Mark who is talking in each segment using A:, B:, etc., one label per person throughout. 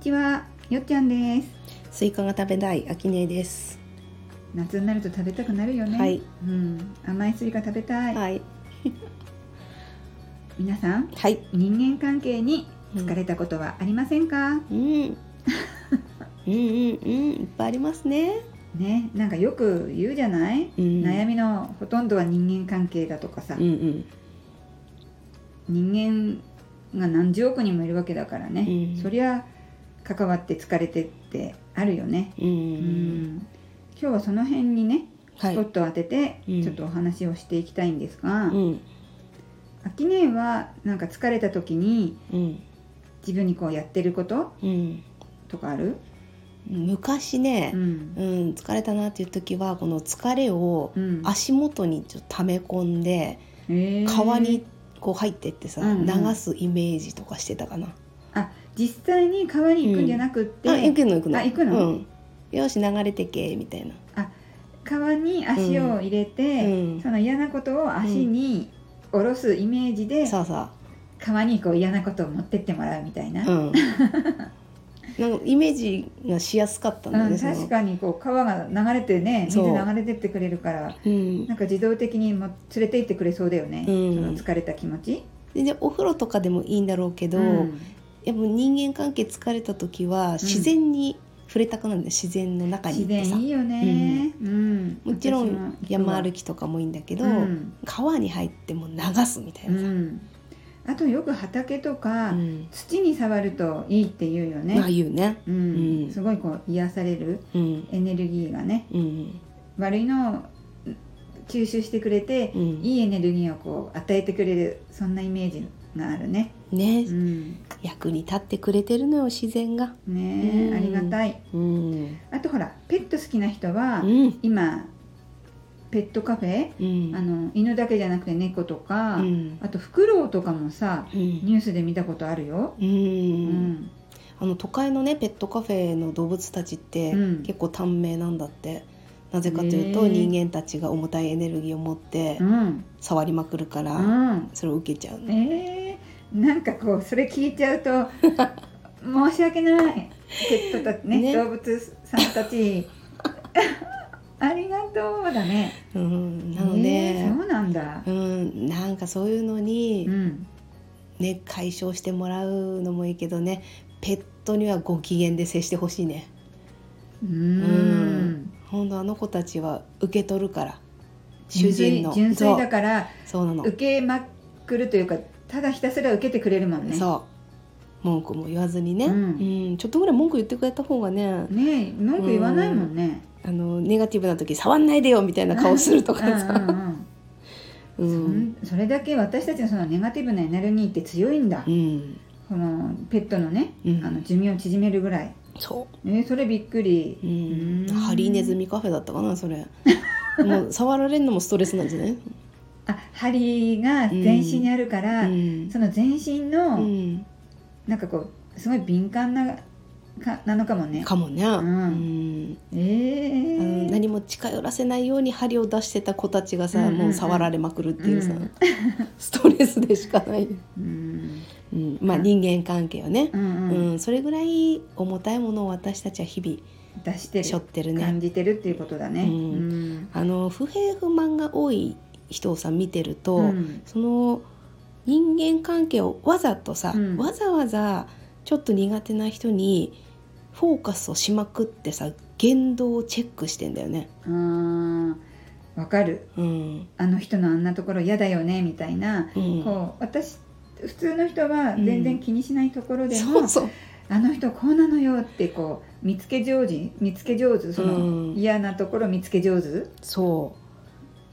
A: ちは、よっちゃんです。
B: スイカが食べたいあきねです。
A: 夏になると食べたくなるよね。
B: はい
A: うん、甘いスイカ食べたい。
B: はい
A: 皆さん、
B: はい。
A: 人間関係に疲れたことはありませんか。
B: うん。 うんうんうんいっぱいありますね。
A: ね、なんかよく言うじゃない。
B: うん
A: 悩みのほとんどは人間関係だとかさ、
B: うん
A: 人間が何十億人もいるわけだからね、
B: うん
A: そりゃ関わって疲れてってあるよね、
B: うんう。
A: うんん今日はその辺にね
B: は
A: ス
B: い
A: ポッ。トを当てて
B: うん
A: ちょっとお話をしていきたいんですが、
B: うん
A: アキネはなんか疲れた時に
B: うん
A: 自分にこうやってること
B: うん。
A: とかある
B: 昔
A: う
B: ね、
A: ん
B: うん、疲れたなっていう時はこの疲れを
A: うん
B: 足元にちょっと溜め込んで、
A: へー
B: 川にこう入ってってさ、
A: うんうん
B: 流すイメージとかしてたかな。
A: 実際に川に行くんじゃなくって、
B: あ行くの行くの。
A: あ行くの
B: うん。よし流れてけみたいな。
A: 川に足を入れて、
B: うん
A: その嫌なことを足に下ろすイメージで、
B: さあさあ。
A: 川にこう嫌なことを持ってってもらうみたいな、
B: うんなんかイメージがしやすかったんだよ
A: う
B: ね、
A: ん
B: その
A: 確かにこう川が流れてね水
B: そう
A: 流れてってくれるから
B: うん
A: なんか自動的にも連れて行ってくれそうだよね、
B: うん
A: その疲れた気持ち。
B: ででお風呂とかでもいいんだろうけど、
A: うん
B: やっぱ人間関係疲れた時は自然に触れたくなるんだよ自然の中に
A: 自
B: 行って
A: 然
B: さ
A: いいよね、うん
B: もちろん山歩
A: き
B: きとかもいいんだけど、
A: うん
B: 川に入っても流すみたいうなさ、
A: ん、あとよく畑とか、
B: うん
A: 土に触るといいって言うよ
B: まあ
A: ね、
B: 言うね
A: うん
B: うん
A: すごいこう癒される
B: うん
A: エネルギーがね
B: うん
A: 悪いのをうん吸収してくれて
B: う、ん
A: いいエネルギーをこう与えてくれるそんなイメージがあるね、
B: ね、
A: うん、
B: 役に立ってくれてるのよ自然が
A: ねえ、
B: うん
A: ありがたい
B: うん
A: あとほらペット好きな人は、
B: うん
A: 今ペットカフェ
B: うん
A: あの犬だけじゃなくて猫とか、
B: うん
A: あとフクロウとかもさ
B: うん
A: ニュースで見たことあるよ。
B: う
A: うんん、
B: あの都会のねペットカフェの動物たちって、
A: うん
B: 結構短命なんだってなぜかという
A: ね
B: と
A: え
B: 人間たちが重たいエネルギーを持って
A: うん、
B: 触りまくるから、
A: うん、
B: それを受けちゃうね
A: えー、なんかこうそれ聞いちゃう と申し訳ないペットたちね
B: ね
A: 動物さんたち ありがとうだね。
B: うん、なので、
A: ねそうなんだ。
B: うん、なんかそういうのに
A: う、ん、
B: ね、解消してもらうのもいいけどねペットにはご機嫌で接してほしいね
A: うーん
B: ん、本当あの子たちは受け取るから
A: 純
B: 主人
A: 粋
B: の
A: 純粋だから
B: そうそうなの
A: 受けまくるというかただひたすら受けてくれるもんね。
B: そう文句も言わずにね、
A: う
B: うんんちょっとぐらい文句言ってくれた方がね
A: ねえ文句言わないもんね。
B: あのネガティブな時触んないでよみたいな顔すると
A: う
B: か
A: んうん
B: さ、
A: うん。そ
B: うん
A: んそれだけ私たちのそのネガティブなエネルギーって強いんだ、
B: うん
A: このペットのね、
B: うん
A: あの寿命を縮めるぐらい、
B: そ
A: えーそれびっくり
B: う、うん
A: うん
B: ハリネズミカフェだったかなそれ もう触られるのもストレスなんですね、
A: あ針が全身にあるか
B: う
A: ら、
B: ん
A: その全身
B: う
A: の
B: ん、
A: なんかこうすごい敏感なかなのかもね
B: かもね、うんん
A: え
B: あ
A: ー
B: の何も近寄らせないように針を出してた子たちがさ、
A: うんうんうん
B: もう触られまくるっていうさ、
A: うん
B: ストレスでしかない、
A: うん
B: うん、まあ人間関係はね、
A: うん
B: う
A: うん
B: んそれぐらい重たいものを私たちは日々
A: 出して
B: 背負
A: る
B: ってるね。
A: 感じてるっていうことだね、
B: うん
A: うん
B: あの不平不満が多い人をさ見てると、
A: うん
B: その人間関係をわざとさ、
A: うん
B: わざわざちょっと苦手な人にフォーカスをしまくってさ言動をチェックしてんだよね。
A: あーわかる
B: うん
A: あの人のあんなところ嫌だよねみたいな
B: うん、
A: こう私普通の人は全然気にしないところでも、
B: そうそう、
A: あの人こうなのよってこう見つけ上手見つけ上手その、
B: うん
A: 嫌なところ見つけ上手、
B: そ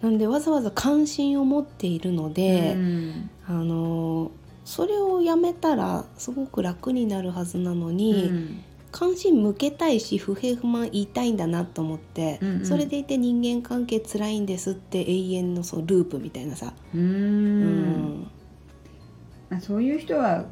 B: うなんでわざわざ関心を持っているので
A: う、ん
B: あのそれをやめたらすごく楽になるはずなのに、
A: うん
B: 関心向けたいし不平不満言いたいんだなと思って、
A: うんうん
B: それでいて人間関係辛いんですって永遠のそのループみたいなさ、
A: うー
B: うん
A: まあ、そういう人は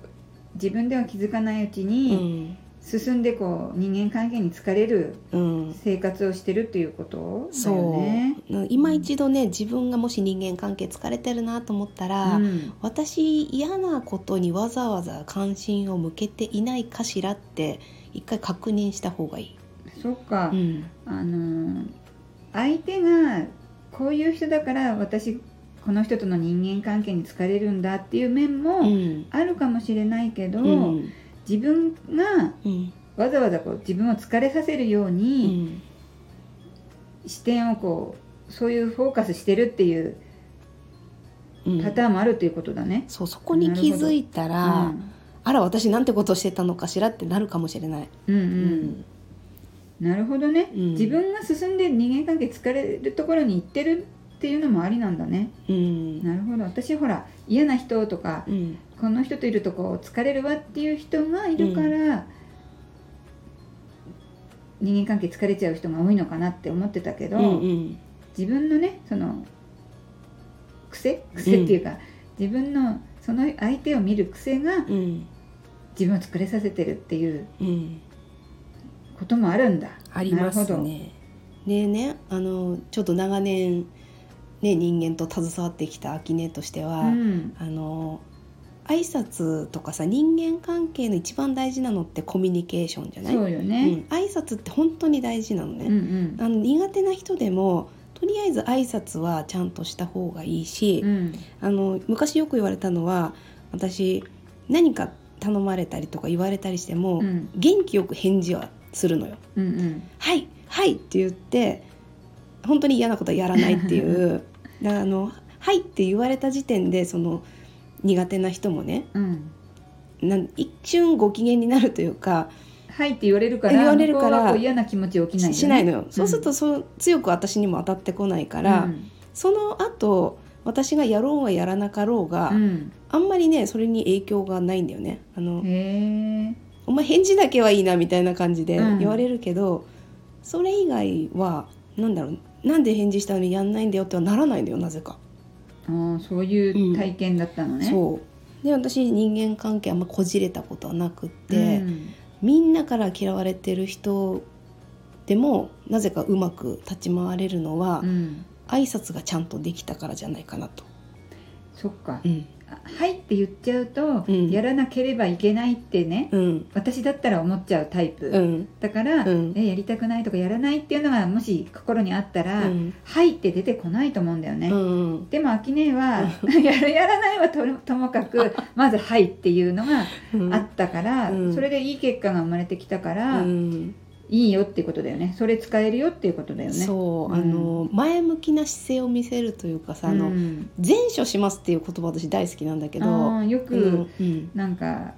A: 自分では気づかないうち
B: う
A: に、
B: ん
A: 進んでこう人間関係に疲れる
B: うん
A: 生活をしてるっていうことだ
B: そう
A: よね。
B: 今一度ね自分がもし人間関係疲れてるなと思ったら、
A: うん
B: 私嫌なことにわざわざ関心を向けていないかしらって一回確認した方がいい。
A: そっか、
B: うん、
A: あのー相手がこういう人だから私この人との人間関係に疲れるんだっていう面
B: う
A: も
B: ん、
A: あるかもしれないけど、
B: うん、
A: 自分が
B: うん、
A: わざわざこう自分を疲れさせるよう
B: う
A: に、
B: ん、
A: 視点をこうそういうフォーカスしてるっていう
B: うん
A: パターンもあるということだね。
B: そうそこに気づいた
A: う
B: ら、
A: ん
B: あら私なんてことしてたのかしらってなるかもしれない。
A: うんう、
B: うん
A: なるほどね、
B: うん
A: 自分が進んで人間関係疲れるところに行ってるっていうのもありなんだね
B: うん、
A: なるほど私ほら嫌な人とか
B: うん、
A: この人といるとこう疲れるわっていう人がいるから、人間関係疲れちゃう人が多いのかなって思ってたけど、
B: うん、うん、
A: 自分のねその癖癖っていうか、自分のその相手を見る癖が
B: うん、
A: 自分を疲れさせてるっていう
B: うん。
A: こともあるんだ
B: あります
A: なるほど
B: ね。でねあのちょっと長年、ね、人間と携わってきた秋音としては、
A: うん
B: あの挨拶とかさ人間関係の一番大事なのってコミュニケーションじゃない
A: そうよ
B: う
A: ね、
B: ん、挨拶って本当に大事なの
A: うんう
B: ね、
A: ん
B: あの苦手な人でもとりあえず挨拶はちゃんとした方がいいし、
A: うん
B: あの昔よく言われたのは私何か頼まれたりとか言われたりしても、
A: うん
B: 元気よく返事はするのよ。
A: うんうん
B: はいはいって言って本当に嫌なことはやらないっていう だからあの「はい」って言われた時点でその苦手な人もね
A: うん
B: なん一瞬ご機嫌になるというか
A: はいって言われるから
B: 言われるから
A: 向こうはこう嫌な気持ち起きないよね
B: ししないのよ、
A: ん
B: そうするとそう強く私にも当たってこないから、その後私がやろうがやらなかろうが、
A: うん
B: あんまりねそれに影響がないんだよねあの
A: うん、へえ
B: お前返事だけはいいなみたいな感じで
A: うん
B: 言われるけど、それ以外はなんだろうなんで返事したのにやんないんだよってはならないんだよなぜか。
A: ああそういう体験だったのね、う
B: そうで私人間関係あんまこじれたことはなくって、
A: ん
B: みんなから嫌われてる人でもなぜかうまく立ち回れるのは、
A: うん
B: 挨拶がちゃんとできたからじゃないかなと。
A: そっか
B: うん
A: あはいって言っちゃうと、
B: うん
A: やらなければいけないってね、
B: うん
A: 私だったら思っちゃうタイプ、
B: うん
A: だから、
B: うん
A: えやりたくないとかやらないっていうのはもし心にあった
B: う
A: ら、
B: ん
A: はいって出てこないと思うんだよね、
B: うん
A: でも秋音はやる やらないはとともかくまず「はい」っていうのが
B: うん
A: あったから、
B: うん
A: それでいい結果が生まれてきたから、
B: うん
A: いいよっていうことだよねそれ使えるよっていうことだよね。
B: そう、
A: うん
B: あの前向きな姿勢を見せるというかさ、あ
A: う
B: の
A: ん
B: 前処しますっていう言葉私大好きなんだけど、
A: あーよ
B: う
A: く、
B: んうん
A: なんか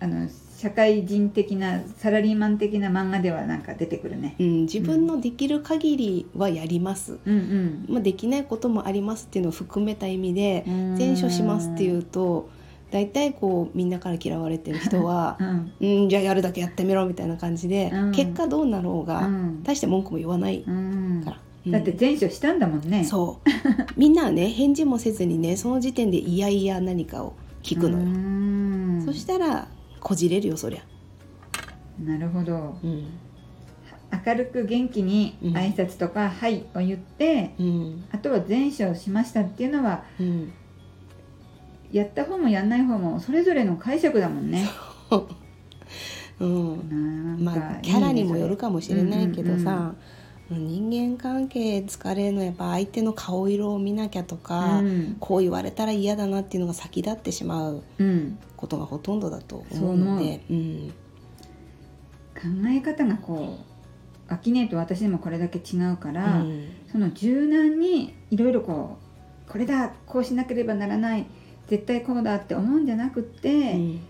A: あの社会人的なサラリーマン的な漫画ではなんか出てくるね。
B: うん自分のできる限りはやります、
A: うん
B: まあ、できないこともありますっていうのを含めた意味で
A: うん、
B: 前処しますっていうと大体こうみんなから嫌われてる人は
A: うん、
B: うんじゃあやるだけやってみろみたいな感じで、
A: うん
B: 結果どうなろう
A: う
B: が、
A: ん
B: 大して文句も言わないか
A: うん、
B: ら
A: だ。
B: う
A: っ
B: ん
A: て前処したんだもんね。
B: そう みんなはね返事もせずにねその時点でいやいや何かを聞くのよ、
A: の
B: そしたらこじれるよそりゃ、
A: なるほど
B: うん
A: 明るく元気に
B: うん
A: 挨拶とか「はい」を言って、
B: うん
A: あとは前処しましたっていうのは
B: うん、
A: やった方もやんない方もそれぞれの解釈だもんね。
B: うん、
A: なんか
B: まあキャラにもよる
A: か
B: かもしれないけど
A: うんうん
B: さ、人間関係疲れるのはやっぱ相手の顔色を見なきゃとか、
A: うん
B: こう言われたら嫌だなっていうのが先立ってしまう
A: うん、
B: ことがほとんどだと思うのでうん
A: 考え方がこうアキネと私でもこれだけ違うか
B: う
A: ら、
B: ん
A: その柔軟にいろいろこうこれだこうしなければならない絶対こうだって思うんじゃなくって、
B: うん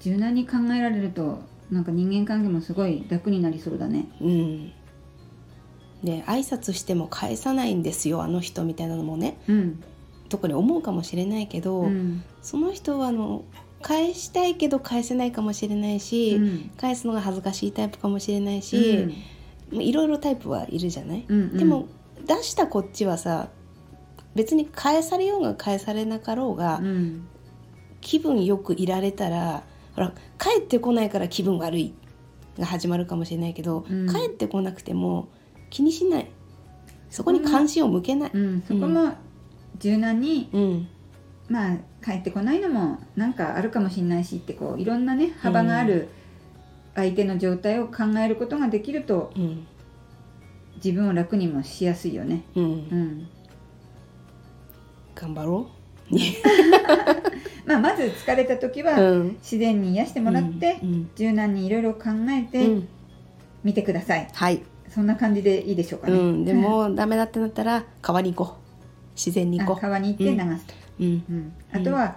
A: 柔軟に考えられるとなんか人間関係もすごい楽になりそうだね。
B: うんで挨拶しても返さないんですよあの人みたいなのもね
A: うん、
B: 特に思うかもしれないけど、
A: うん
B: その人はあの返したいけど返せないかもしれないし、
A: うん
B: 返すのが恥ずかしいタイプかもしれないし、
A: うん
B: まあいろいろタイプはいるじゃない、
A: うんうん
B: でも出したこっちはさ別に返されようが返されなかろうが、
A: うん
B: 気分よくいられたらほら帰ってこないから気分悪いが始まるかもしれないけど、
A: うん
B: 帰ってこなくても気にしないそこに関心を向けない、
A: うん、そこも柔軟に、
B: うん
A: まあ帰ってこないのもなんかあるかもしれないしってこういろんなね幅がある相手の状態を考えることができると
B: うん
A: 自分を楽にもしやすいよね
B: う
A: うんん
B: 頑張ろ
A: まあまず疲れた時
B: う、
A: は
B: うん、
A: 自然に癒してもらって
B: うんうん
A: 柔軟にいろいろ考え
B: う
A: て
B: ん
A: みてください
B: はい、
A: そんな感じでいいでしょうか
B: う
A: ね、
B: ん、でもダメだってなったら川に行こう自然に
A: あ
B: 行こ
A: 川に行って流すと、
B: う、うん
A: うんあとは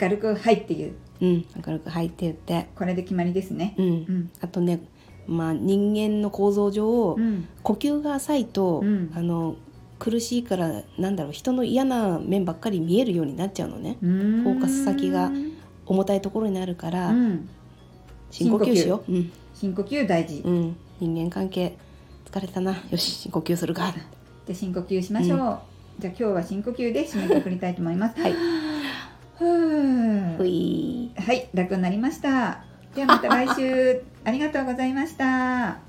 A: 明るく「はい」っていう
B: うん、明るく入って言って、
A: これで決まりですね
B: うん
A: うん
B: あとね、まあ、人間の構造上、
A: うん
B: 呼吸が浅いと、
A: うん
B: あの苦しいからなんだろう人の嫌な面ばっかり見えるようになっちゃうのね
A: フォ
B: フォーカス先が重たいところになるから、
A: うん、
B: 深呼吸しよう、うん
A: 深呼吸大事、
B: うん、人間関係疲れたなよし深呼吸するか
A: で深呼吸しましょう、じゃあ今日は深呼吸で締めてくりたいと思います
B: はい
A: ふう
B: ういー
A: はい楽になりましたではまた来週ありがとうございました